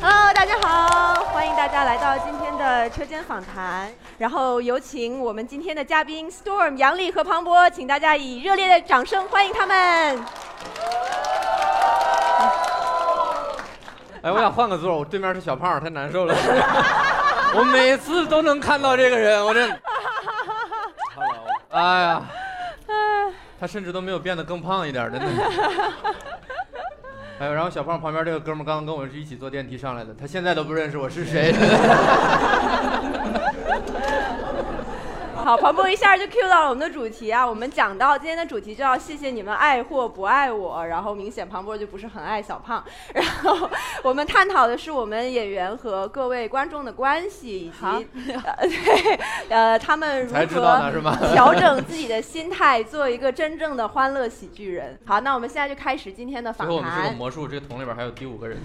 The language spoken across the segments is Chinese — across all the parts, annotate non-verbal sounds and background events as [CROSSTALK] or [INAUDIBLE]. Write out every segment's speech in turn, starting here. Hello，大家好，欢迎大家来到今天的车间访谈。然后有请我们今天的嘉宾 Storm、杨丽和庞博，请大家以热烈的掌声欢迎他们。哎，我想换个座，我对面是小胖，太难受了。我每次都能看到这个人，我这，哎呀，他甚至都没有变得更胖一点，真的。 [LAUGHS] 哎，然后小胖旁边这个哥们儿刚刚跟我是一起坐电梯上来的，他现在都不认识我是 [LAUGHS] 谁。 [LAUGHS] 好，庞博一下就 cue 到了我们的主题啊。我们讲到今天的主题，就要谢谢你们爱或不爱我。然后明显庞博就不是很爱小胖。 [LAUGHS] 然后我们探讨的是我们演员和各位观众的关系，以及、呃、对呃他们如才知道呢是吗 [LAUGHS] 何调整自己的心态，做一个真正的欢乐喜剧人。好，那我们现在就开始今天的最访后我们是个谈。魔术，这个桶里边还有第五个人。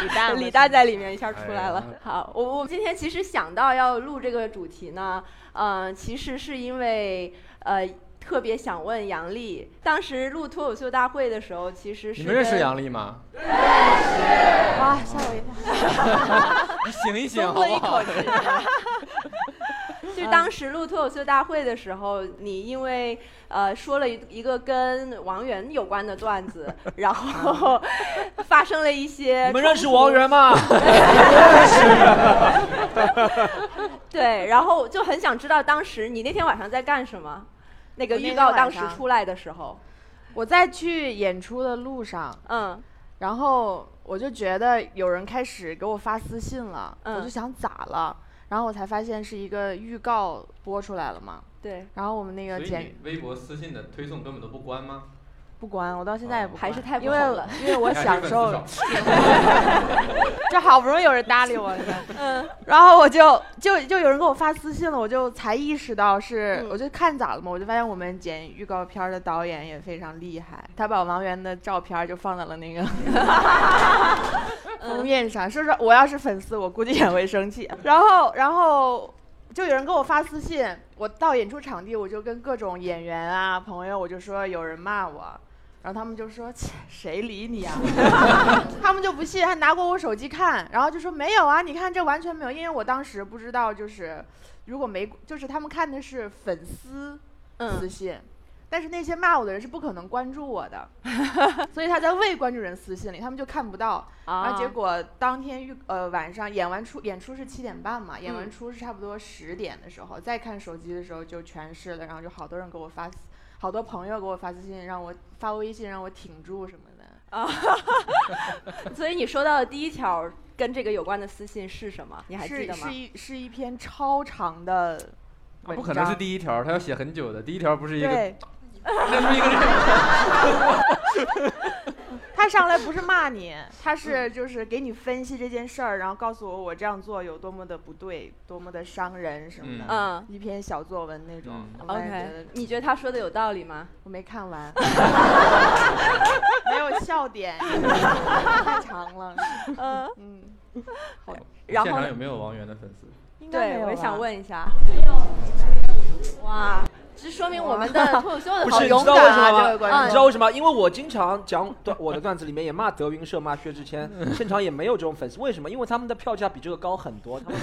李诞，李诞在里面一下出哎来了。好，我我们今天其实想到要录这个主题呢，嗯、其实是因为呃特别想问杨笠，当时录脱口秀大会的时候，其实是你们认识跟杨丽吗？ [LAUGHS] 啊？吓我一跳！你醒一醒松好了不一好口？气。就是当时录脱口秀大会的时候，你因为呃说了一一个跟王源有关的段子， [LAUGHS] 然后发生了一些你们认识冲突王源吗？对，然后就很想知道当时你那天晚上在干什么。那个我那预天告当晚时上出来的时候，我在去演出的路上，嗯，然后我就觉得有人开始给我发私信了，我就嗯想咋了？然后我才发现是一个预告播出来了嘛。对，然后我们那个所以简你微博私信的推送根本都不关吗？不管，我到现在也哦不不管还是太不因为好 [LAUGHS] 了。因为我还是享粉丝受少这好不容易有人搭理我，嗯 [LAUGHS] 然后我就就就有人给我发私信了，我就才意识到是，嗯我就看咋了嘛，我就发现我们剪预告片儿的导演也非常厉害，他把王源的照片儿就放到了那个 [LAUGHS] 嗯封面上，说说我要是粉丝，我估计也会生气。然后然后就有人给我发私信，我到演出场地，我就跟各种演员啊朋友，我就说有人骂我。然后他们就说：“切，谁理你啊？”他们就不信，还拿过我手机看，然后就说：“没有啊，你看这完全没有，因为我当时不知道，就是如果没，就是他们看的是粉丝私嗯，信，但是那些骂我的人是不可能关注 [LAUGHS] 我的，所以他在未关注人私信里，他们就看不到。然啊后结果当天预呃晚上演完出演出是七点半嘛，演嗯完出是差不多十点的时候，再看手机的时候就全是了，然后就好多人给我发私，好多朋友给我发私信，让我发微信让我挺住什么的。所以你收到的第一条跟这个有关的私信是什么？你还记是得吗是？一是一篇超长的啊文章，不可能是第一条，他要写很久的。第一条不是一个，对， [LAUGHS] 那不是一个人。他上来不是骂你，嗯他是就是给你分析这件事儿，然后告诉我我这样做有多么的不对，多么的伤人什么的，嗯一篇小作文那种。嗯我也觉得，OK，你觉得他说的有道理吗？我没看 [LAUGHS] 完，没有笑点，太长了。嗯，嗯，然 [LAUGHS] 现后场有没有王源的粉丝？应该没对，有我也想吧，问一下。 [LAUGHS] 哇，这说明我们的脱口秀 [LAUGHS] 的不好是，你友勇知道敢为啊什么这吗？位观众你知道为什么吗？因为我经常讲段我的段子里面也骂德云社、骂薛 [LAUGHS] 之谦，现场也没有这种粉丝。为什么？因为他们的票价比这个高很多，他们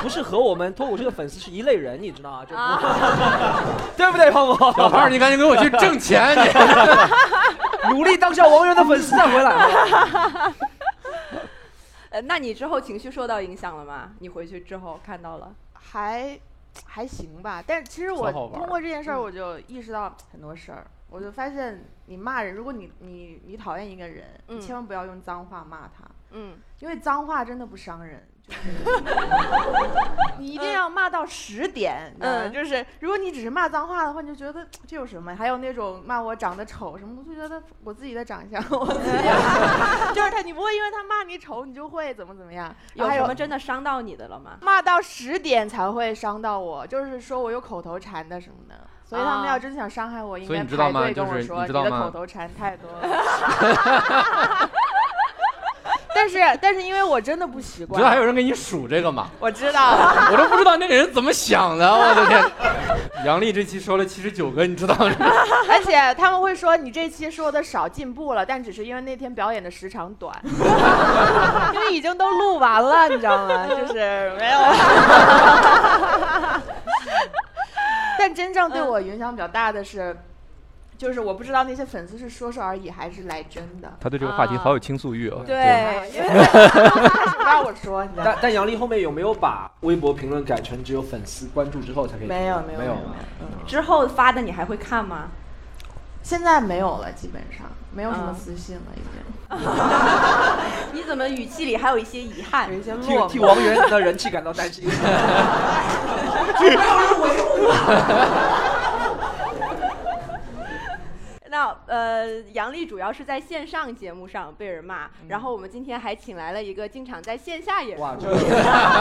[LAUGHS] 不是和我们脱口秀的粉丝是一类人，你知道吗？就不啊， [LAUGHS] 对不对，胖小胖？胖，你赶紧给我去挣钱！你 [LAUGHS] 努力当下王源的粉丝再 [LAUGHS] 回来。呃那你之后情绪受到影响了吗？你回去之后看到了？还还行吧。但是其实好我好玩儿嗯通过这件事儿，我就意识到很多事儿。我就发现，你骂人，如果你你你讨厌一个人，嗯你千万不要用脏话骂他，嗯，因为脏话真的不伤人。就是 [LAUGHS] 你一定要骂到十点，你知道吗嗯就是如果你只是骂脏话的话，你就觉得这有什么？还有那种骂我长得丑什么，我就觉得我自己的长相，我自己 [LAUGHS] 就是对你不会因为他骂你丑，你就会怎么怎么样？有还什有么真的伤到你的了吗？骂到十点才会伤到我，就是说我有口头禅的什么的。所以他们啊要真想伤害我，应所以该你知道排吗队跟就我是说你知道的吗口头禅太多了。 [LAUGHS] 但是但是因为我真的不习你知道还惯，有人给你数这个吗？我知道，我都不知道那个人怎么想的，我的天！杨丽这期说了七十九个，你知道吗？ [LAUGHS] 而且他们会说你这期说的少，进步了，但只是因为那天表演的时长短， [LAUGHS] 因为已经都录完了，你知道吗？就是没有。 [LAUGHS] 但真正对我影响比较大的是，就是我不知道那些粉丝是说说而已还是来真的， [LAUGHS] 他对这个话题好有倾诉欲啊哦。对，因为 [LAUGHS] 他想让我说，你知道吗但？但杨丽后面有没有把微博评论改成只有粉丝关注之后才可以评论？没有没没有没有有吗之后发的你还会看吗？现在没有了，基本上没有什么嗯私信了，已经你怎么语气里还有一些遗憾有？一些替落替寞。王源的人气感到担心。 [LAUGHS] 那呃，杨丽主要是在线上节目上被人骂，嗯然后我们今天还请来了一个经常在线下也哇，这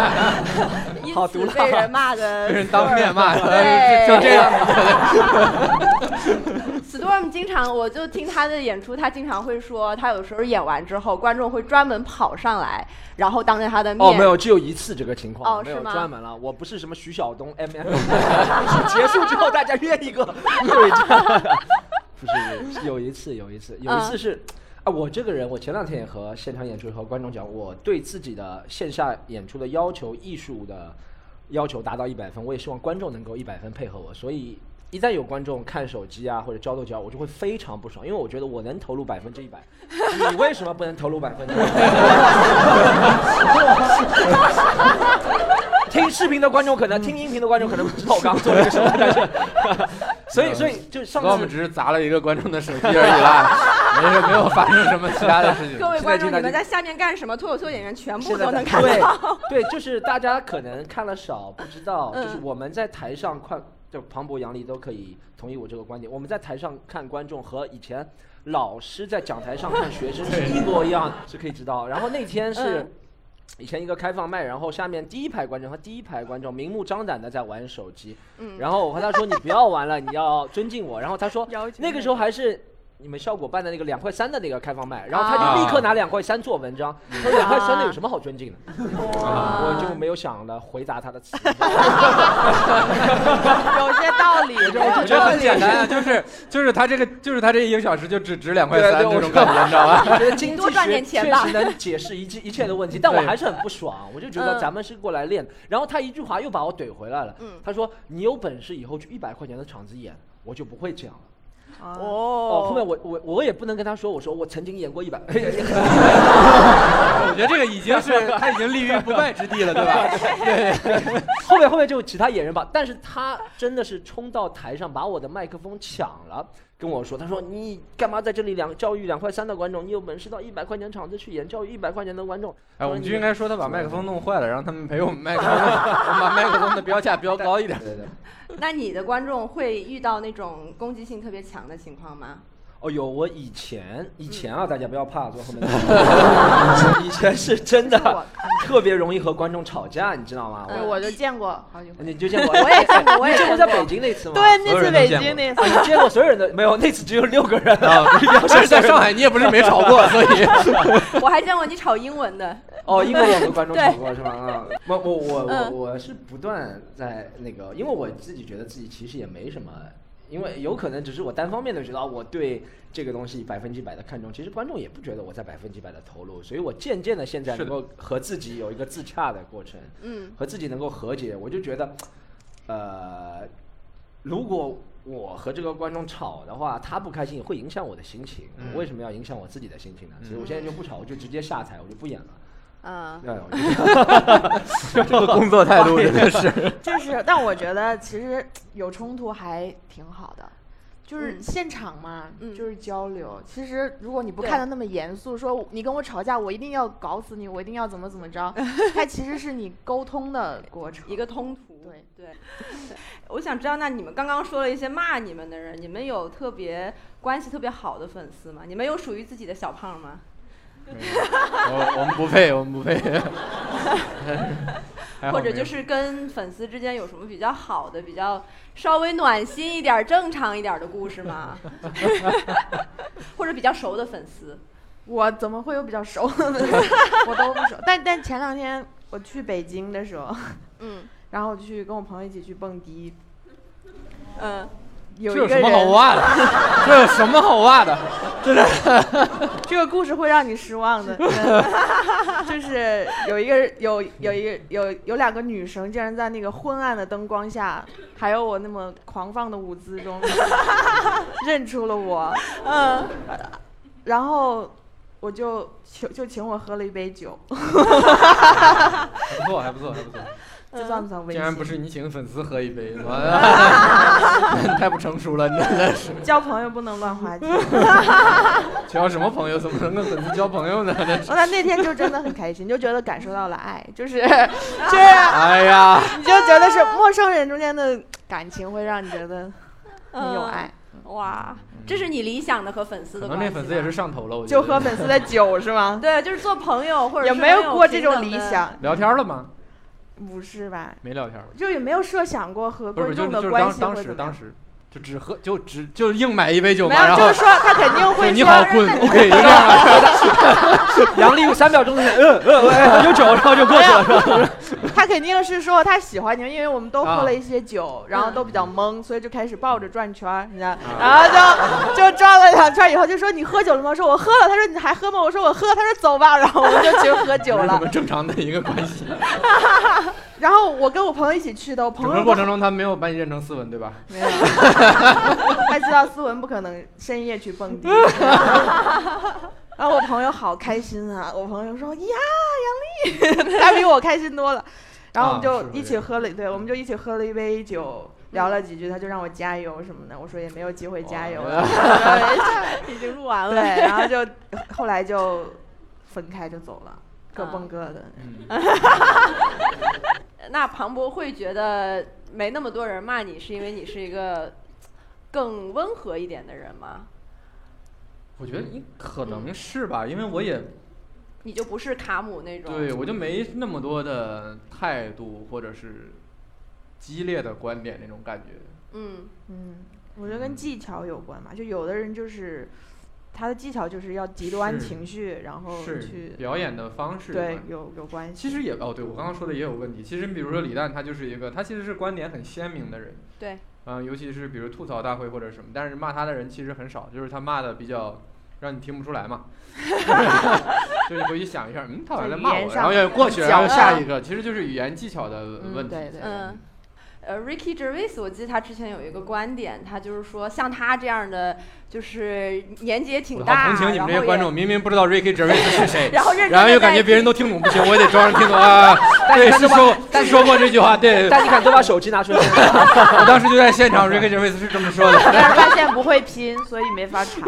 [LAUGHS] 因好此毒辣被人骂的 [LAUGHS] 被人当面骂，哎对就这样子。 [LAUGHS] Storm 经常，我就听他的演出，他经常会说，他有时候演完之后，观众会专门跑上来，然后当着他的面。哦，没有，只有一次这个情况，哦没有是吗专门了。我不是什么徐晓东 M M，[LAUGHS] 结 [LAUGHS] 束之后大家约一个，对，这样不是有一次，有一次，有一嗯次是。啊，我这个人，我前两天也和现场演出和观众讲，我对自己的线下演出的要求，艺术的要求达到一百分，我也希望观众能够一百分配合我。所以，一旦有观众看手机啊或者交头接耳，我就会非常不爽，因为我觉得我能投入百分之一百，你为什么不能投入百分之一百？听视频的观众可嗯能，听音频的观众可能不知道我刚刚做了一个什么，但是，所以所以嗯就上我次们只是砸了一个观众的手机而已啦，没有没有发生什么其他的事情。各位观众，现在你们在下面干什么？脱口秀演员全部现在都能在看到。 [LAUGHS] 对对，就是大家可能看了少，不知道，嗯就是我们在台上看，就庞博、杨丽都可以同意我这个观点。我们在台上看观众和以前老师在讲台上看学生是一模一样，是可以知道。然后那天是。嗯以前一个开放麦，然后下面第一排观众和第一排观众明目张胆的在玩手机，嗯然后我和他说你不要玩了，你要尊敬我。然 [LAUGHS] 后他说要求那个时候还是你们效果办的那个两块三的那个开放麦，然后他啊就立刻拿两块三做文章，他说两块三的有什么好尊敬的？我就没有想了回答他的 [LAUGHS] 词，有些道理，没有我觉得道很理。简单啊，就是就是他这个就是他这一个小时就只值两块对三对这我种感觉，你知道吧？我觉得经济多赚学点钱确吧实能解释一切一切的问题，但我对还是很不爽，我就觉嗯得咱们是过来练的。然后他一句话又把我怼回来了嗯，他说你有本事以后去一百块钱的场子演，我就不会这样了。哦哦，后哦，面我我我也不能跟他说，我说我曾经演过一百，我觉得这个已经是他已经立于不败之地了，对吧？后面后面就有其他演员把，但是他真的是冲到台上把我的麦克风抢了，跟我说，他说你干嘛在这里两教育两块三的观众，你有本事到一百块钱场子去演教育一百块钱的观众，哎，我们就应该说他把麦克风弄坏了，让他们赔我们麦克风，我们把麦克风的标价标高一点。对对，那你的观众会遇到那种攻击性特别强的情况吗？哦有我以前以前啊，大家不要怕，坐后面的， [LAUGHS] 以前是真的特别容易和观众吵架，你知道吗？对我我就见过好几回。你就见过，嗯我也见过，你见过在北京那次吗？对，所有那次人都北见京过那次。 [LAUGHS] [LAUGHS] 啊，你见过所有人的没有？那次只有六个人。 [LAUGHS] 啊，但是在上海你也不是没吵过，所以 [LAUGHS] 我还见过你吵英文的， [LAUGHS] 哦，因为有个观众对吵过是吗？啊，我我我我嗯我是不断在那个，因为我自己觉得自己其实也没什么，因为有可能只是我单方面的觉得啊，我对这个东西百分之百的看重，其实观众也不觉得我在百分之百的投入，所以我渐渐的现在是能的够和自己有一个自洽的过程，嗯，和自己能够和解，我就觉得，呃，如果我和这个观众吵的话，他不开心会影响我的心情，嗯我为什么要影响我自己的心情呢？所以我现在就不吵，我就直接下台，我就不演了。嗯，哎我 [LAUGHS] 就这个工作态度真的是。就是，但我觉得其实有冲突还挺好的，就是嗯现场嘛，嗯就是交流。其实如果你不对看的那么严肃，说你跟我吵架，我一定要搞死你，我一定要怎么怎么 [LAUGHS] 着，它其实是你沟通的过程。一个通途。对对，我想知道，那你们刚刚说了一些骂你们的人，你们有特别关系特别好的粉丝吗？你们有属于自己的小胖吗？ [LAUGHS] 我我们不配，我们 [LAUGHS] 不配。还好或者没就有是跟粉丝之间有什么比较好的、比较稍微暖心一点儿、正常一点儿的故事 [LAUGHS] 吗？或者比较熟的粉丝，我怎么会有比较熟 [LAUGHS] 的？我都不熟。但但前两天我去北京的时候，嗯然后我去跟我朋友一起去蹦迪，嗯，有这一有个什么好人，哇 [LAUGHS] 的？这有什么好哇的？这个故事会让你失望的，就是有一个人有有一个有有两个女生竟然在那个昏暗的灯光下，还有我那么狂放的舞姿中 [LAUGHS] 认出了我，嗯，然后我就请就请我喝了一杯酒，还不错，还不错，还不 [LAUGHS] 错。这算不算温竟然不是馨？你请粉丝喝一杯， [LAUGHS] 我太不成熟了，你真的是 [LAUGHS] 交朋友不能乱花钱。交什么朋友？怎么能跟粉丝交朋友呢？真是我那那天就真的很开心，就觉得感受到了爱，就是就是哎呀，你就觉得是陌生人中间的感情会让你觉得很有爱，哇，这是你理想的和粉丝可的能关系那吗。粉丝也是上头了，我觉就得喝粉丝的酒是吗？对，就是做朋友或者也是没没有过这平种等理的，想，聊天了吗？不是吧？没聊天儿，就也没有设想过和不是不观是，就众是的就是关当系当会时怎么当样。时就只喝就只就硬买一杯酒没嘛，然有，就后是说他肯定就会你好说，棍，OK，就这样了。杨丽三秒钟之前，呃呃呃哎，有酒，然后就过去了，是吧？ [LAUGHS] 他肯定是说他喜欢你，因为我们都啊喝了一些酒，然后都比较懵，所以就开始抱着转圈儿，你知道，然后就就转了两圈儿以后，就说你喝酒了吗？我说我喝了。他说你还喝吗？我说我喝。他说走吧，然后我们就去喝酒不 [LAUGHS] 是了什么。正常的一个关系。然后我跟我朋友一起去的，我朋整友个都过程中他没有把你认成斯文，对吧？没有， [LAUGHS] 他知道斯文不可能深夜去蹦迪。然后我朋友好开心啊！我朋友说呀，杨丽， [LAUGHS] 他比我开心多了。然后我啊们是就会一起喝了，对，我们就一起喝了一杯酒，聊了几句，他就让我加油什么的，我说也没有机会加油了，已经录完哦 [LAUGHS] [LAUGHS] 对，了。然后就后来就分开就走了，各蹦各的。嗯，那庞博会觉得没那么多人骂你，是因为你是一个更温和一点的人吗？我觉得你可能是吧，因为我也你就不是卡姆那种？对我就没那么多的态度或者是激烈的观点那种感觉。嗯嗯，我觉得跟技巧有关嘛，就有的人就是他的技巧就是要极端是情绪，然后是哦去表演的方式有对关有有关系。其实也哦，对我刚刚说的也有问题。其实你比如说李诞，他就是一个他其实是观点很鲜明的人，对，嗯、尤其是比如吐槽大会或者什么，但是骂他的人其实很少，就是他骂的比较让你听不出来嘛， [LAUGHS] 就是回去想一下，嗯，他好像在骂就语言我，上然后又过去，讲然后下一个，其实就是语言技巧的嗯问题。对对嗯，呃，Ricky Gervais，我记得他之前有一个观点，他就是说，像他这样的，就是年纪也挺我大，，好同情你们这些观众，明明不知道 Ricky Gervais 是谁然后 [LAUGHS] 也，然后认真地然后又感觉在别人都听懂不行，我也得装着听懂啊。对，是说是说过这句话，对，但你敢都把手机拿出来，我当时就在现场，Ricky Gervais 是这么说的。 [LAUGHS] 但是发现不会拼，所以没法查。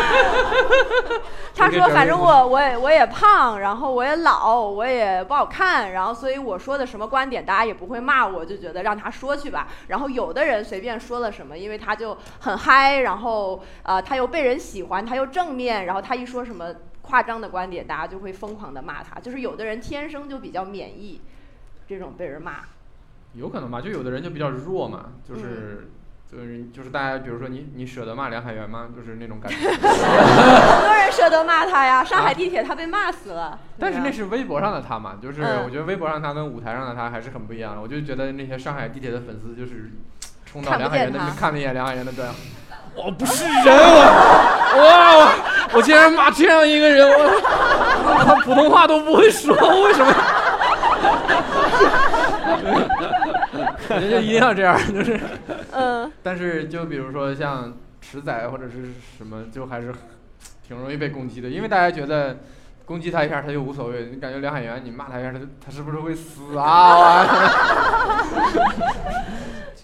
[LAUGHS] 他这说，个反人正我我也我也胖，然后我也老，我也不好看，然后所以我说的什么观点，大家也不会骂我，就觉得让他说去吧。然后有的人随便说了什么，因为他就很嗨，然后呃他又被人喜欢，他又正面，然后他一说什么夸张的观点，大家就会疯狂的骂他。就是有的人天生就比较免疫这种被人骂。有可能吧，就有的人就比较弱嘛，嗯就是。就是就是大家，比如说你你舍得骂梁海源吗？就是那种 [LAUGHS] 感觉，很多人舍得骂他呀，上海地铁他被骂死了。但是那是微博上的他嘛，就是啊嗯我觉得微博上他跟舞台上的他还是很不一样的。我就觉得那些上海地铁的粉丝就是冲到看不梁海源见的他看了一眼梁海源的 [LAUGHS] 啊段， [LAUGHS] 我不是人，我哇，我竟然骂这样一个人，我他普通话都不会说，为什么？我觉得一定要这样，就是。 [LAUGHS] 嗯，但是就比如说像池仔或者是什么，就还是挺容易被攻击的，因为大家觉得攻击他一下他就无所谓，你感觉梁海源你骂他一下他就他是不是会死啊？ [LAUGHS]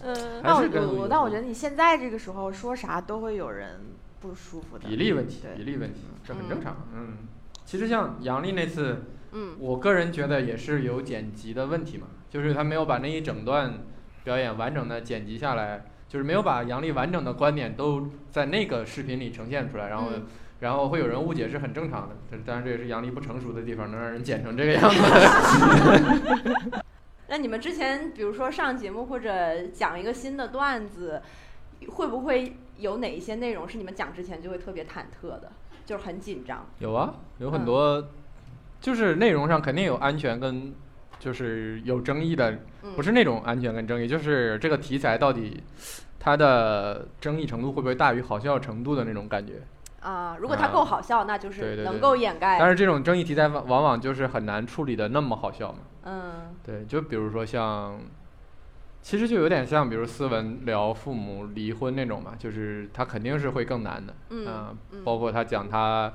嗯，那还我是跟我我，但我觉得你现在这个时候说啥都会有人不舒服的。比例问题，对比例问题，这很正常。嗯，其实像杨笠那次，嗯，我个人觉得也是有剪辑的问题嘛，就是他没有把那一整段表演完整的剪辑下来，就是没有把杨笠完整的观点都在那个视频里呈现出来，然后嗯然后会有人误解是很正常的，这当然这也是杨笠不成熟的地方，能让人剪成这个样子。那你们之前比如说上节目或者讲一个新的段子，会不会有哪一些内容是你们讲之前就会特别忐忑的，就是很紧张？有啊，有嗯很多，就是内容上肯定有安全跟，就是有争议的，嗯不是那种安全跟争议，就是这个题材到底它的争议程度会不会大于好笑程度的那种感觉。啊，如果它够好笑，那就对是对对能够掩盖。但是这种争议题材往往往就是很难处理的那么好笑嘛。嗯对，就比如说像，其实就有点像，比如斯文聊父母离婚那种嘛，就是他肯定是会更难的。嗯啊嗯包括他讲他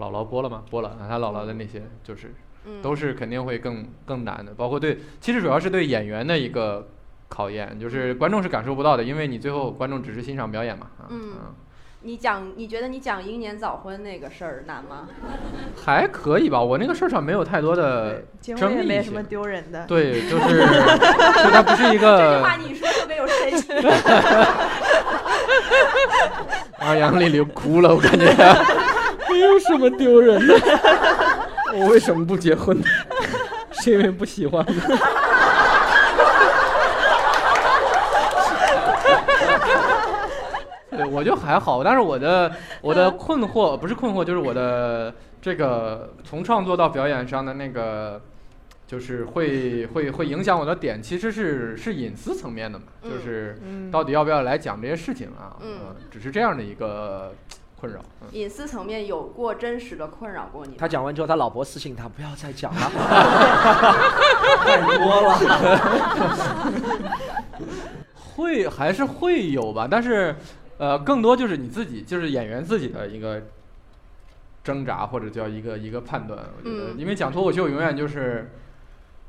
姥姥播了嘛，播了，啊他姥姥的那些就是嗯，都是肯定会更更难的，包括对，其实主要是对演员的一个考验，就是嗯观众是感受不到的，因为你最后观众只是欣赏表演嘛。啊嗯你讲，你觉得你讲英年早婚那个事儿难吗？还可以吧，我那个事儿上没有太多的节目争也议没什么性。丢人的。对，就是， [LAUGHS] 就它不是 [LAUGHS] 这句一呃个话你说特别有深意。 [LAUGHS] 啊，杨丽丽哭了，我感觉没有什么丢人的。我为什么不结婚呢？是因为不喜欢吗？对我就还好，但是我的我的困惑不是困惑，就是我的这个从创作到表演上的那个，就是会会会影响我的点，其实是是隐私层面的嘛，嗯就是嗯，到底要不要来讲这些事情啊？嗯呃只是这样的一个困扰。嗯隐私层面有过真实的困扰过你吗？他讲完之后，他老婆私信他不要再 [LAUGHS] 讲了，太多了。会还是会有吧，但是，呃，更多就是你自己，就是演员自己的一个挣扎或者叫一个一个判断。我觉得，嗯因为讲脱口秀永远就是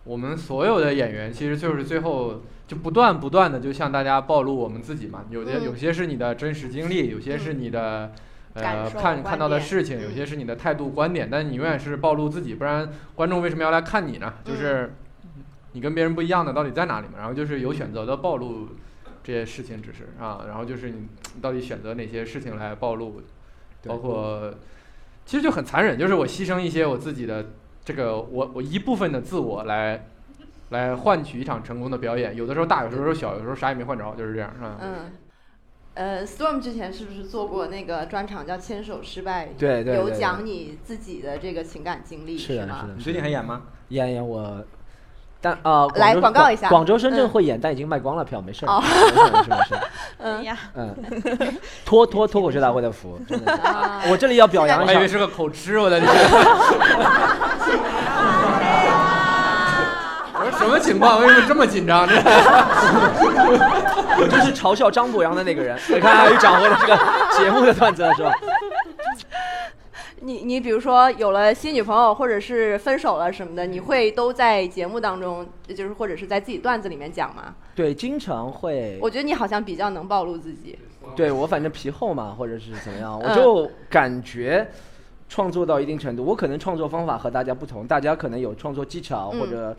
我们所有的演员，其实就是最后就不断不断的就向大家暴露我们自己嘛。有些、嗯有些是你的真实经历，有些是你的。感呃，受看看到的观点嗯事情，有些是你的态度、观点，但你永远是暴露自己，不然观众为什么要来看你呢？就是你跟别人不一样的到底在哪里嘛？然后就是有选择的暴露这些事情，只是啊，然后就是你你到底选择哪些事情来暴露，对包括其实就很残忍，就是我牺牲一些我自己的这个我我一部分的自我来来换取一场成功的表演，有的时候大，有的时候小，有的时候啥也没换着，就是这样啊。嗯，呃，Storm 之前是不是做过那个专场叫《牵手失败》？对对对有对讲你自己的这个情感经历是的，吗？是的。嗯最近还演吗？演演我，但啊，呃来广州广告一下广州、深圳嗯会演，但已经卖光了票，没事儿，哦没事儿没事儿没事儿。 [LAUGHS] 哎呀，嗯，托托脱口秀大会的福，真的是。啊我这里要表扬我一还以为下，是个口吃，我的天！啊我说什么情况？为什么这么紧张？这我就是嘲笑张博洋的那个人。 [LAUGHS] 你看，又讲回了这个节目的段子了，是吧？你你比如说有了新女朋友，或者是分手了什么的，你会都在节目当中，呃就是或者是在自己段子里面讲吗？对，经常会我，觉得你好像比较能暴露自 [LAUGHS] 己。对我反正皮厚嘛，或者是怎么样，我嗯就感觉创作到一定程度，我可能创作方法和大家不同，大家可能有创作技巧嗯或者。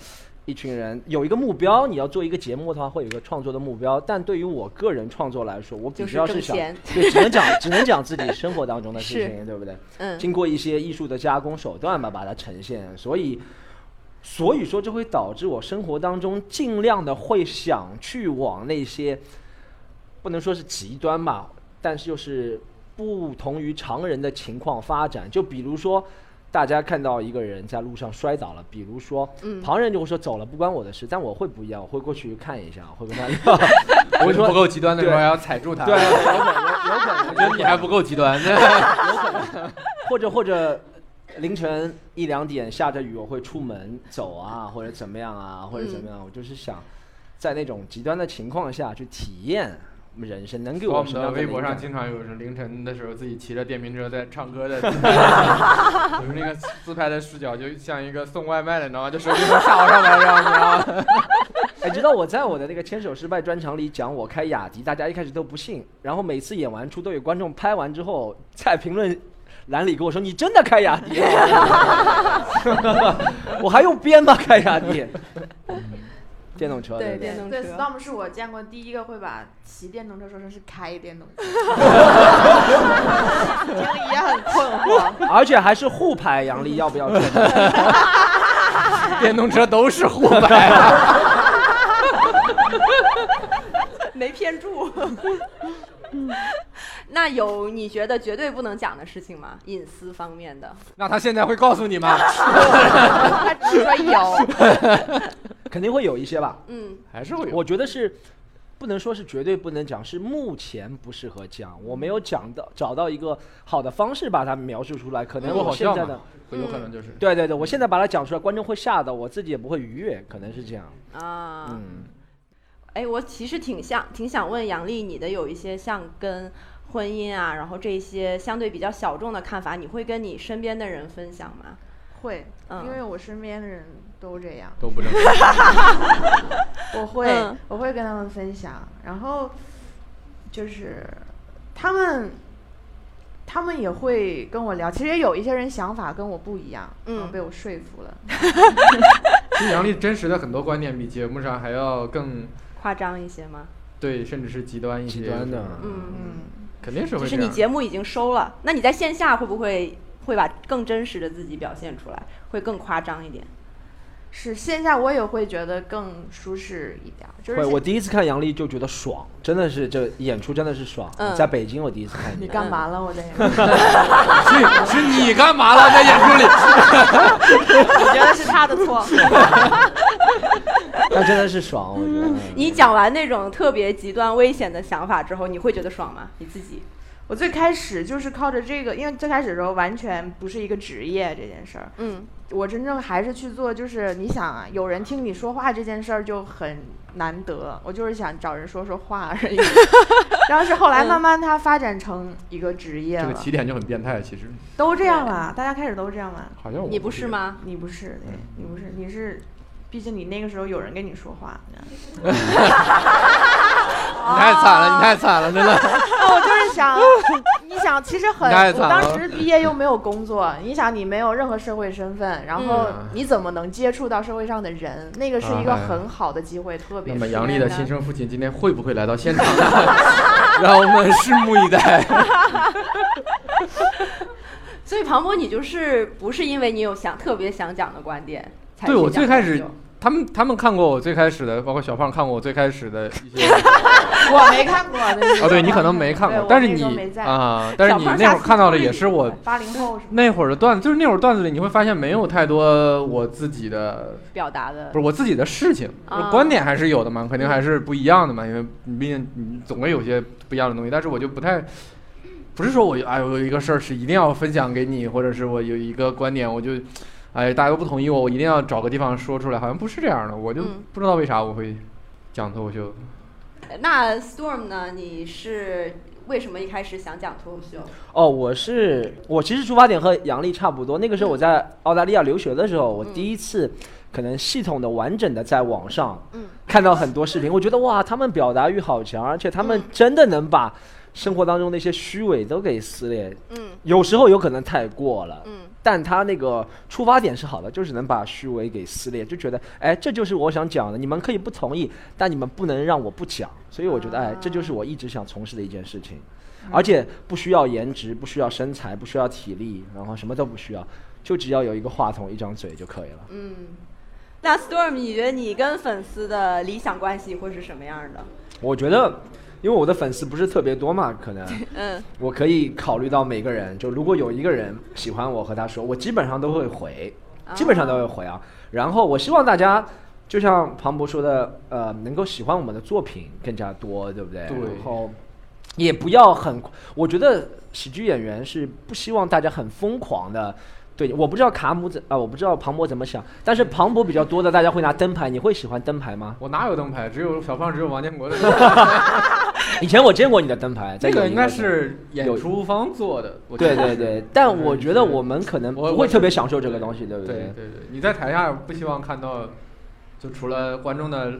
一群人有一个目标，你要做一个节目的话，会有一个创作的目标。但对于我个人创作来说，我比就是较挣是想钱对，只能讲只能讲自己生活当中的事是情，对不对？嗯经过一些艺术的加工手段吧，把它呈现。所以，所以说这会导致我生活当中尽量的会想去往那些，不能说是极端吧，但是就是不同于常人的情况发展。就比如说。大家看到一个人在路上摔倒了，比如说，嗯旁人就会说走了，不关我的事，但我会不一样，我会过去看一下，我会跟他， [LAUGHS] 我我会是说不够极端的时候对还要踩住他。对，有可能，有可能，啊我觉得你还不够极 [LAUGHS] 端。 [LAUGHS] 或者或者凌晨一两点下着雨，我会出门走啊，或者怎么样啊，或者怎么样，我就是想在那种极端的情况下去体验人生，能给我我们什么的样的微博灵上感经常有人凌晨的时候自己骑着电瓶车在唱歌 [LAUGHS] 的，就是那个自拍的视角，就像一个送外卖的，你知道吗？就手机都下上来这样子啊。哎，知道我在我的那个牵手失败专场里讲我开雅迪，大家一开始都不信，然后每次演完出都有观众拍完之后在评论栏里跟我说：“你真的开雅迪？” [LAUGHS] 我还用编吗？开雅迪？电动车，对对电动对车，Storm 是我见过第一个会把骑电动车说成是开电动 [LAUGHS] 车，已经也很困惑。 [LAUGHS] 而且还是互拍杨笠要不要签？电动车都是互白。没骗住。 [LAUGHS] 那有你觉得绝对不能讲的事情吗？隐私方面的， [LAUGHS] 那他现在会告诉你吗？ [LAUGHS] 他只说有， [LAUGHS] 肯定会有一些吧。 [LAUGHS] 嗯，还是会有。我觉得是不能说是绝对不能讲，是目前不适合讲。我没有讲到找到一个好的方式把它描述出来，可能不嗯我好现笑在嘛的。，有可能就是。对对对，我现在把它讲出来，观众会吓到，我自己也不会愉悦，可能是这样。啊，嗯，哎，我其实挺想挺想问杨丽，你的有一些像跟婚姻啊，然后这些相对比较小众的看法，你会跟你身边的人分享吗？会，嗯因为我身边的人都这样，都不正常， [LAUGHS] 我会、嗯我会跟他们分享，然后就是他们他们也会跟我聊，其实也有一些人想法跟我不一样，嗯然后被我说服了，其实杨笠真实的很多观点比节目上还要更夸张一些吗？对，甚至是极端一些。极端的嗯，肯定是就会是这你样。节目已经收了，那你在线下会不会会把更真实的自己表现出来，会更夸张一点？是线下我也会觉得更舒适一点，就是会。我第一次看杨笠就觉得爽，真的是这演出真的是爽。嗯在北京我第一次看你你，干嘛了？我在演，嗯 [LAUGHS] [LAUGHS] 是是你干嘛了？在演出 [LAUGHS] 里，我觉得是他的错。那真的是爽，我觉得。你讲完那种特别极端危险的想法之后，你会觉得爽吗？你自己？ [LAUGHS] 我最开始就是靠着这个，因为最开始的时候完全不是一个职业这件事儿，嗯我真正还是去做，就是你想啊，有人听你说话这件事儿就很难得，我就是想找人说说话而已。然后是后来慢慢它发展成一个职业这个了，起点就很变态，其实都这样了，大家开始都这样了。好像我你不是？吗？你不是，嗯对你不是，你是，毕竟你那个时候有人跟你说 [LAUGHS] 话。你太惨了，你太惨了，真的。哦，我就是想，你想，其实很，你太我惨了当时毕业又没有工作，你想你没有任何社会身份，然后嗯哎你怎么能接触到社会上的人？那个是一个很好的机会，特别那么是杨笠的亲生父亲今天会不会来到现场？让我们拭目以待。所以庞博，你就是不是因为你有想特别想讲的观点才对去我最讲开脱始口秀，他们他们看过我最开始的，包括小胖看过我最开始的一些。我没看过的。哦，对你可能没看对过我，但是那时候你没在啊，但是你那会儿看到的也是我八零后是吗？那会儿的段子，就是那会儿段子里你会发现没有太多我自己的，表达的不是我自己的事情，啊观点还是有的嘛，肯定还是不一样的嘛，因为你毕竟你总会有些不一样的东西，但是我就不太。不是说我哎，我有一个事儿是一定要分享给你，或者是我有一个观点，我就，哎，大家都不同意我，我一定要找个地方说出来，好像不是这样的，我就嗯不知道为啥我会讲脱口秀。那 Storm 呢？你是为什么一开始想讲脱口秀？哦，我是我其实出发点和杨笠差不多。那个时候我在澳大利亚留学的时候，我第一次可能系统的、完整的在网上嗯看到很多视频，我觉得哇，他们表达欲好强，而且他们真的能把生活当中的一些虚伪都给撕裂。嗯有时候有可能太过了，嗯，但他那个出发点是好的，就是能把虚伪给撕裂，就觉得哎，这就是我想讲的，你们可以不同意，但你们不能让我不讲，所以我觉得哎，这就是我一直想从事的一件事情，嗯而且不需要颜值，不需要身材，不需要体力，然后什么都不需要，就只要有一个话筒、一张嘴就可以了。嗯。那 Storm，你觉得你跟粉丝的理想关系会是什么样的？我觉得，因为我的粉丝不是特别多嘛，可能嗯我可以考虑到每个人，就如果有一个人喜欢我和他说，我基本上都会回，基本上都会回啊。然后我希望大家，就像庞博说的，呃，能够喜欢我们的作品更加多，对不对？对然后也不要很，我觉得喜剧演员是不希望大家很疯狂的。对，我不知道卡姆怎啊、我不知道庞博怎么想，但是庞博比较多的，大家会拿灯牌，你会喜欢灯牌吗？我哪有灯牌？只有小胖，只有王建国的。以前我见过你的灯牌，在这有个一应该时候是演出方做的，我觉对得是 [LAUGHS] 对对，但我觉得我们可能我不我会是特别享受这个东西，对对不对对，你在台下不希望看到，就除了观众的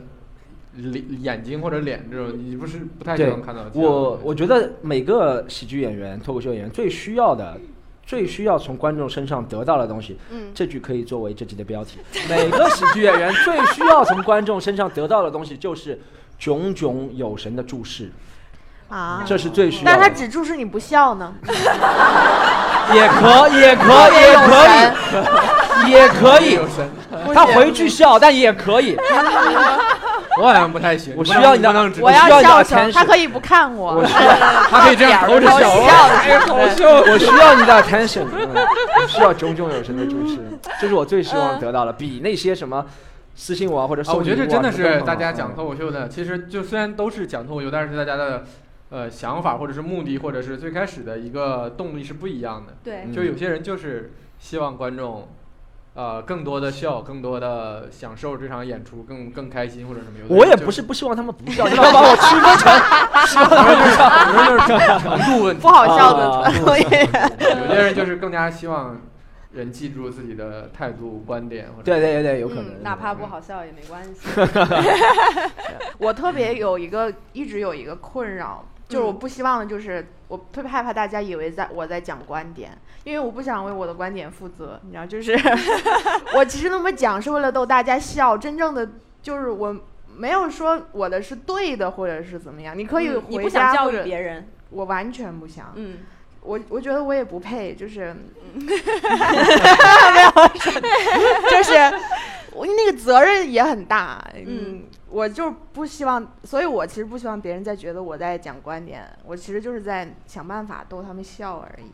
脸、眼睛或者脸这种，你不是不太希对望看到。我我觉得每个喜剧演员、脱口秀演员最需要的。最需要从观众身上得到的东西。嗯这句可以作为这集的标题。每个喜剧演员最需要从观众身上得到的东西就是炯炯有神的注视，啊。这是最需要但的。他只注视你不 [LAUGHS] 笑呢，也可也可也可以，也可 [LAUGHS] 以， [LAUGHS] 他回去笑，但也可以。我好像不太行。 [LAUGHS] 我需要你的不能只我需要你笑的声， attention 他可以不看我。 [LAUGHS] 我需要，他可以这样头着然后笑。笑的时候我需要你的 attention，嗯我需要炯炯有神的注视，这是我最希望得到的，比那些什么私信我啊或者啊，送我觉得这礼物啊真的什么都是好大家讲脱口秀的，其实就虽然都是讲脱口秀，但是大家的呃想法或者是目的或者是最开始的一个动力是不一样的。对嗯就有些人就是希望观众，呃，更多的笑，更多的享受这场演出，更更开心或者什么。有的人我也就不是不希望他们不 [LAUGHS] 笑，你要把我区分成希望他们不笑，程度问题不，好笑的啊脱口演员。有些人就是更加希望人记住自己的态度、观点或者。对对对对，有可能嗯，。哪怕不好笑也没关系。我特别有一个一直有一个困扰，就是我不希望的就是我特别害怕大家以为在我在讲观点，因为我不想为我的观点负责，你知道，就是 [LAUGHS] 我其实那么讲是为了逗大家笑，真正的就是我。没有说我的是对的，或者是怎么样，你可以嗯你回不想家教或育者啊别人，我完全不想，嗯，我我觉得我也不配，就是，嗯就是我那个责任也很大，嗯，我就不希望，所以我其实不希望别人再觉得我在讲观点，我其实就是在想办法逗他们笑而已。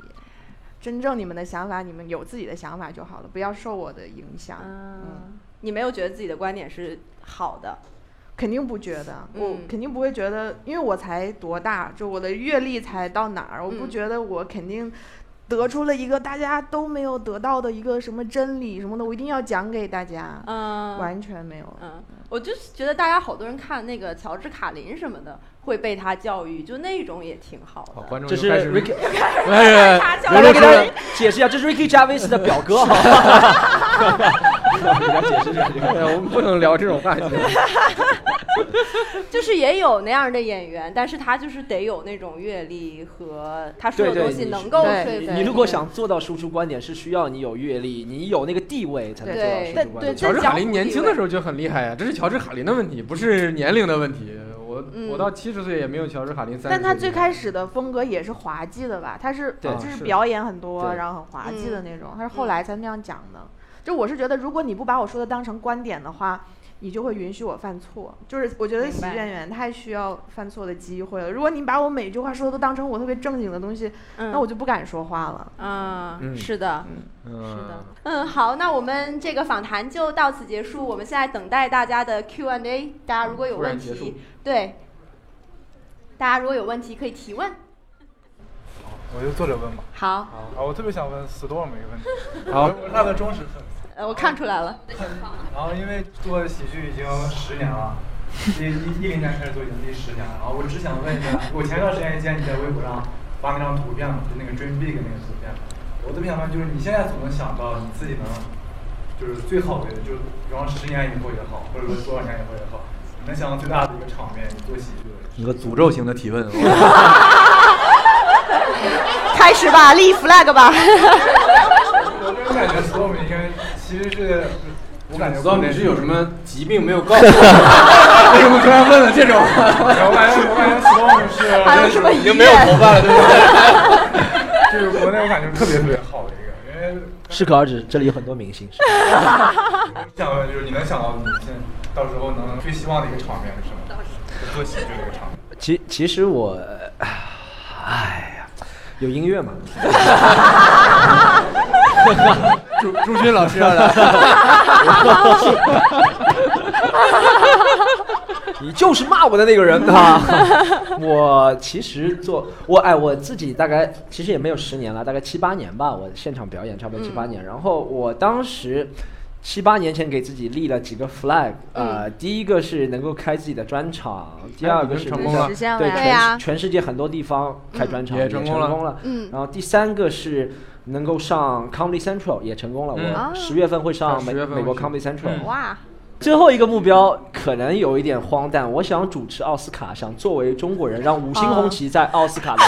真正你们的想法，你们有自己的想法就好了，不要受我的影响。嗯，你没有觉得自己的观点是好的，肯定不觉得，我嗯肯定不会觉得，因为我才多大，就我的阅历才到哪儿，我不嗯觉得我肯定得出了一个大家都没有得到的一个什么真理什么的，我一定要讲给大家，嗯，完全没有。嗯，我就是觉得大家好多人看那个乔治卡林什么的，会被他教育，就那种也挺好好，的。观众这就是开始 Ricky，哎他教我育来给大家解释一下，这是 Ricky 加维斯的表 [LAUGHS] 哥，好吧？给大家解释一 [LAUGHS] 下哎这个。对，我们不能聊这种话 [LAUGHS] 题。就是也有那样的演员，但是他就是得有那种阅历和他说的对对东西你能够对说服对你如果想做到输出观点，是需要你有阅历，你有那个地位才能做到对输出观对对点。乔治卡林年轻的时候就很厉害呀、这是乔治卡林的问题，不是年龄的问题。我、嗯我到七十岁也没有乔治卡林三十。但他最开始的风格也是滑稽的吧？他是对就是是表演很多，对然后很滑稽的那种。他是嗯后来才那样讲的。就我是觉得，如果你不把我说的当成观点的话，你就会允许我犯错。就是我觉得明喜剧白演员太需要犯错的机会了。如果你把我每句话说的都当成我特别正经的东西，嗯，那我就不敢说话了。啊，嗯是的，嗯，是的，嗯，好，那我们这个访谈就到此结束。我们现在等待大家的 Q&A，大家如果有突问然结题束，，对，大家如果有问题可以提问。我就坐着问吧。好，啊，我特别想问 Storm 一个问题。好我是他的忠实粉丝。呃，我看出来了，然后因为做喜剧已经十年了，一一一零年开始做已经第十年了。然后我只想问一下，我前段时间见你在微博上发那张图片嘛，就那个 Dream Big 那个图片，我特别想问，就是你现在总能想到你自己能，就是最好的，就是比方说十年以后也好，或者说多少年以后也好，你能想到最大的一个场面，你做喜剧的。一个诅咒型的提 [LAUGHS] 问。开始吧，立 flag 吧。我个人感觉 Storm 应该其实是，我感觉到底是有什么疾病没有告诉 [LAUGHS] 我？为什么突然问了这种？我感觉，我感觉 Storm [LAUGHS] 是还有什么已经没有头发了，对不对？就是国内我感觉特别特别好的一个，因为适可而止，这里有很多明星。我想问就是你能想到你现在到时候能最希望的一个场面是什么？做喜剧的一个场面。 [LAUGHS] 其其实我，哎呀，有音乐嘛？朱朱军老师要来，你就是骂我的那个人呐！ [LAUGHS] 我其实做我哎，我自己大概其实也没有十年了，大概七八年吧。我现场表演差不多七八年，然后我当时。七八年前给自己立了几个 flag，、呃，第一个是能够开自己的专场，第二个是成功了实现了对呀全对呀全世界很多地方开专场也也成成功了功了，嗯然后第三个是能够上 Comedy Central 也成功了，嗯我十月份会上啊美10月份美国会去 Comedy Central，、嗯哦哇，最后一个目标可能有一点荒诞，我想主持奥斯卡，想作为中国人让五星红旗在奥斯 [LAUGHS] 卡的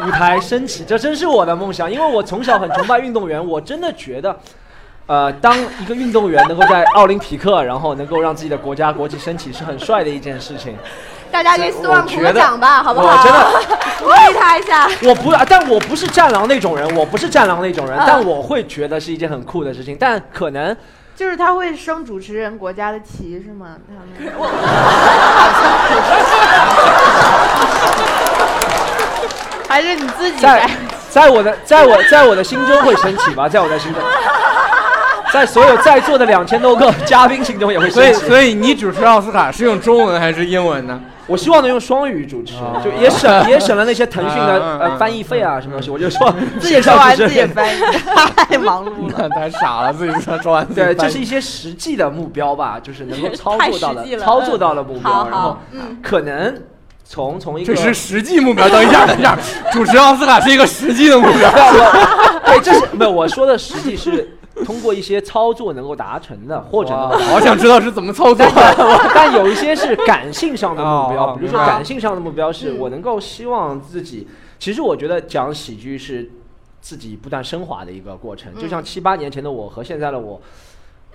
舞台升起，这真是我的梦想。因为我从小很崇拜运动员，我真的觉得，呃，当一个运动员能够在奥林匹克，然后能够让自己的国家国旗升起，是很帅的一件事情。大家给斯万我鼓觉个得掌吧，好不好？我真的鼓励他一下。我不，但我不是战狼那种人，我不是战狼那种人，但我会觉得是一件很酷的事情。但可能就是他会升主持人国家的旗是吗？他们 [LAUGHS] 还是你自己在来？在我的在我在我的心中会升起吧，在我的心中，在所有在座的两千多个嘉宾心中也会所升以，起。所以你主持奥斯卡是用中文还是英文呢？ [LAUGHS] 我希望能用双语主持，就也省也省了那些腾讯的嗯嗯呃嗯翻译费啊什么东西。我就说自己说完主自持己人翻译，太忙碌了。那太傻了，自己说说 [LAUGHS] 完自己对，翻这是一些实际的目标吧，就是能够操太作到实际的了嗯操作到的目好标，然后好嗯可能从从一个 [LAUGHS] 这是实际目标。等一下，等一下，主持奥斯卡是一个实际的目标。 [LAUGHS] 对，这是没有我说的实际是通过一些操作能够达成的，或者能够哇好想知道是怎么操作的。 [LAUGHS] 但有一些是感性上的目标，哦比如说明白嗯感性上的目标是我能够希望自己，其实我觉得讲喜剧是自己不断升华的一个过程，嗯就像七八年前的我和现在的我。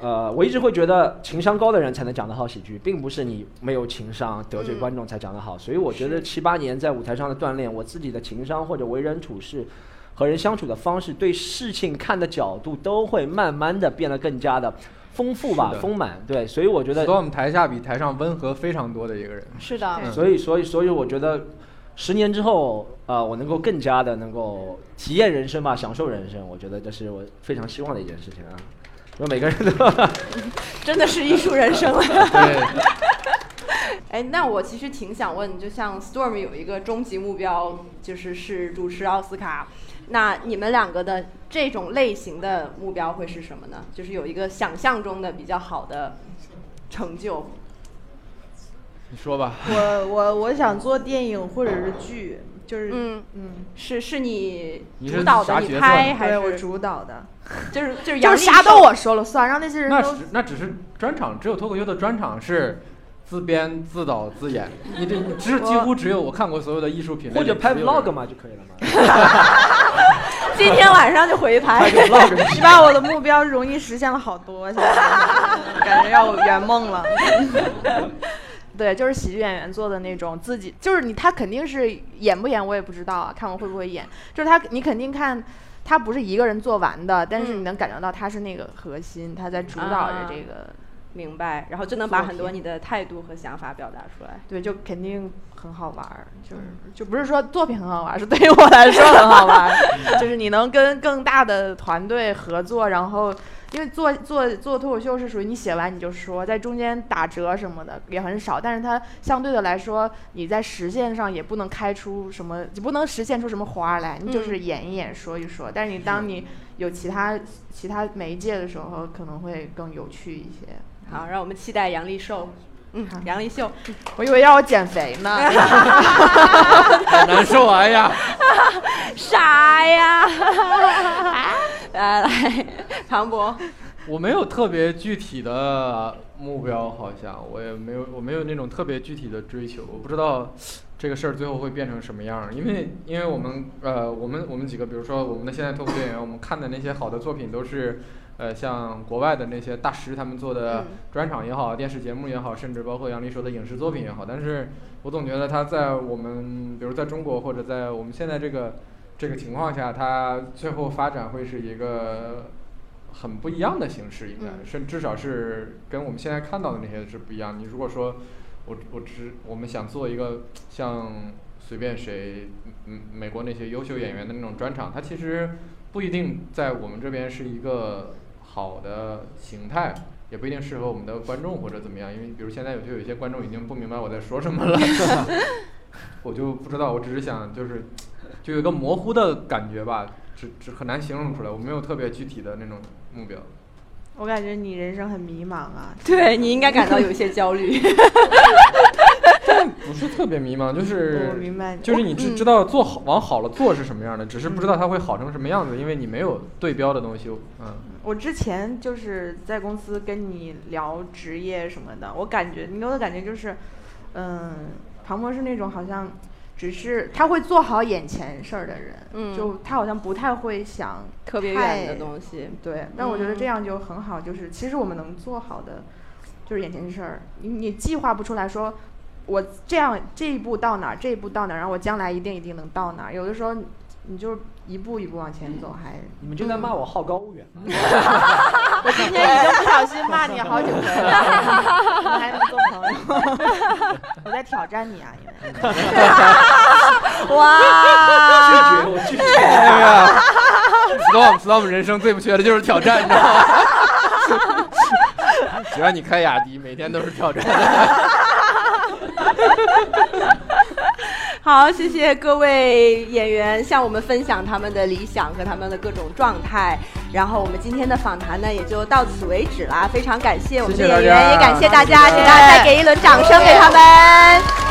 呃，我一直会觉得情商高的人才能讲得好喜剧，并不是你没有情商得罪嗯观众才讲得好。所以我觉得七八年在舞台上的锻炼，我自己的情商或者为人处事、和人相处的方式、对事情看的角度，都会慢慢的变得更加的丰富吧是、的丰满。对，所以我 [LAUGHS] 觉得所以我们台下比台上温和非常多的一 [LAUGHS] 个人。是的，嗯所以，所以，所以，我觉得十年之后，呃，我能够更加的能够体验人生吧，享受人生，我觉得这是我非常希望的一件事情啊。因为每个人都真的是艺术人生 [LAUGHS] 了。对，哎，那我其实挺想问，就像 Storm 有一个终极目标，就是是主持奥斯卡。那你们两个的这种类型的目标会是什么呢？就是有一个想象中的比较好的成就。你说吧。 [LAUGHS] 我我我想做电影或者是剧，就是嗯，嗯，是是你你是主导的，啥你角色拍呢还对是我主导的，就是就是就杨笠是啥手都我说了算，让那些人那都只那只是专场，只有脱口秀的专场是自编自导自演。你这你只几乎只有我看过所有的艺术品类或里只有者这拍个， vlog 嘛就可以了嘛。今天晚上就回拍。拍个 [LAUGHS] vlog，你把我的目标容易实现了好多，现在感觉要我圆梦了。 [LAUGHS] 对，就是喜剧演员做的那种，自己就是你，他肯定是演不演我也不知道啊，看我会不会演。就是他，你肯定看他不是一个人做完的，但是嗯你能感觉到他是那个核心，他在主导着这个，明白，然后就能把很多你的态度和想法表达出来。对，就肯定很好玩儿。就是就不是说作品很好玩儿，是对于我来说很好玩儿，就是你能跟更大的团队合作，然后。因为做做做脱口秀是属于你写完你就说，在中间打折什么的也很少，但是它相对的来说，你在实践上也不能开出什么，你不能实现出什么花儿来，你就是演一演说一说。但是你当你有其他其他媒介的时候，可能会更有趣一些。好，让我们期待杨丽秀。嗯，杨丽秀，我以为让我减肥呢，好 [LAUGHS] 难受啊！哎呀，傻呀！啊 [LAUGHS] 来来， [LAUGHS] 庞博， [LAUGHS] 我没有特别具体的目标，好像我也没有，我没有那种特别具体的追求，我不知道这个事儿最后会变成什么样儿。因为，因为我们呃，我们我们几个，比如说我们的现在脱口秀演员，我们看的那些好的作品都是。呃，像国外的那些大师他们做的嗯专场也好，电视节目也好，甚至包括杨笠说的影视作品也好，但是我总觉得他在我们，比如在中国或者在我们现在这个这个情况下，它最后发展会是一个很不一样的形式，应该嗯甚至少是跟我们现在看到的那些是不一样。你如果说我我只我们想做一个像随便谁，嗯嗯，美国那些优秀演员的那种专场，它其实不一定在我们这边是一个好的形态。也不一定适合我们的观众或者怎么样，因为比如现在有就有一些观众已经不明白我在说什么了， [LAUGHS] 我就不知道，我只是想就是就有一个模糊的感觉吧，只只很难形容出来。我没有特别具体的那种目标。我感觉你人生很迷茫啊。对你应该感到有一些焦虑。不不是特别迷茫，就是我明白你嗯就是你知知道做好往好了做是什么样的，只是不知道它会好成什么样子，因为你没有对标的东西。嗯，我之前就是在公司跟你聊职业什么的，我感觉你给我的感觉就是，嗯，庞博是那种好像只是他会做好眼前事儿的人，嗯就他好像不太会想特别太远的东西。对，但我觉得嗯这样就很好，就是其实我们能做好的就是眼前事儿，你你计划不出来说。我这样这一步到哪儿，这一步到哪儿，然后我将来一定一定能到哪儿。有的时候，你就一步一步往前走， [LAUGHS] 还你们就在骂我好高骛远吗？我今天已经不小心骂你好几回了，你还能做朋友？ [LAUGHS] 我在挑战你啊，因为拒绝我拒绝。哎呀啊，storm storm 人生最不缺的就是挑战，你知道吗？ [LAUGHS] 只要你开雅迪，每天都是挑战。 [LAUGHS] 好，谢谢各位演员向我们分享他们的理想和他们的各种状态。然后我们今天的访谈呢，也就到此为止啦。非常感谢我们的谢谢大演员，家也感谢大家，请大家再给一轮掌声给他们。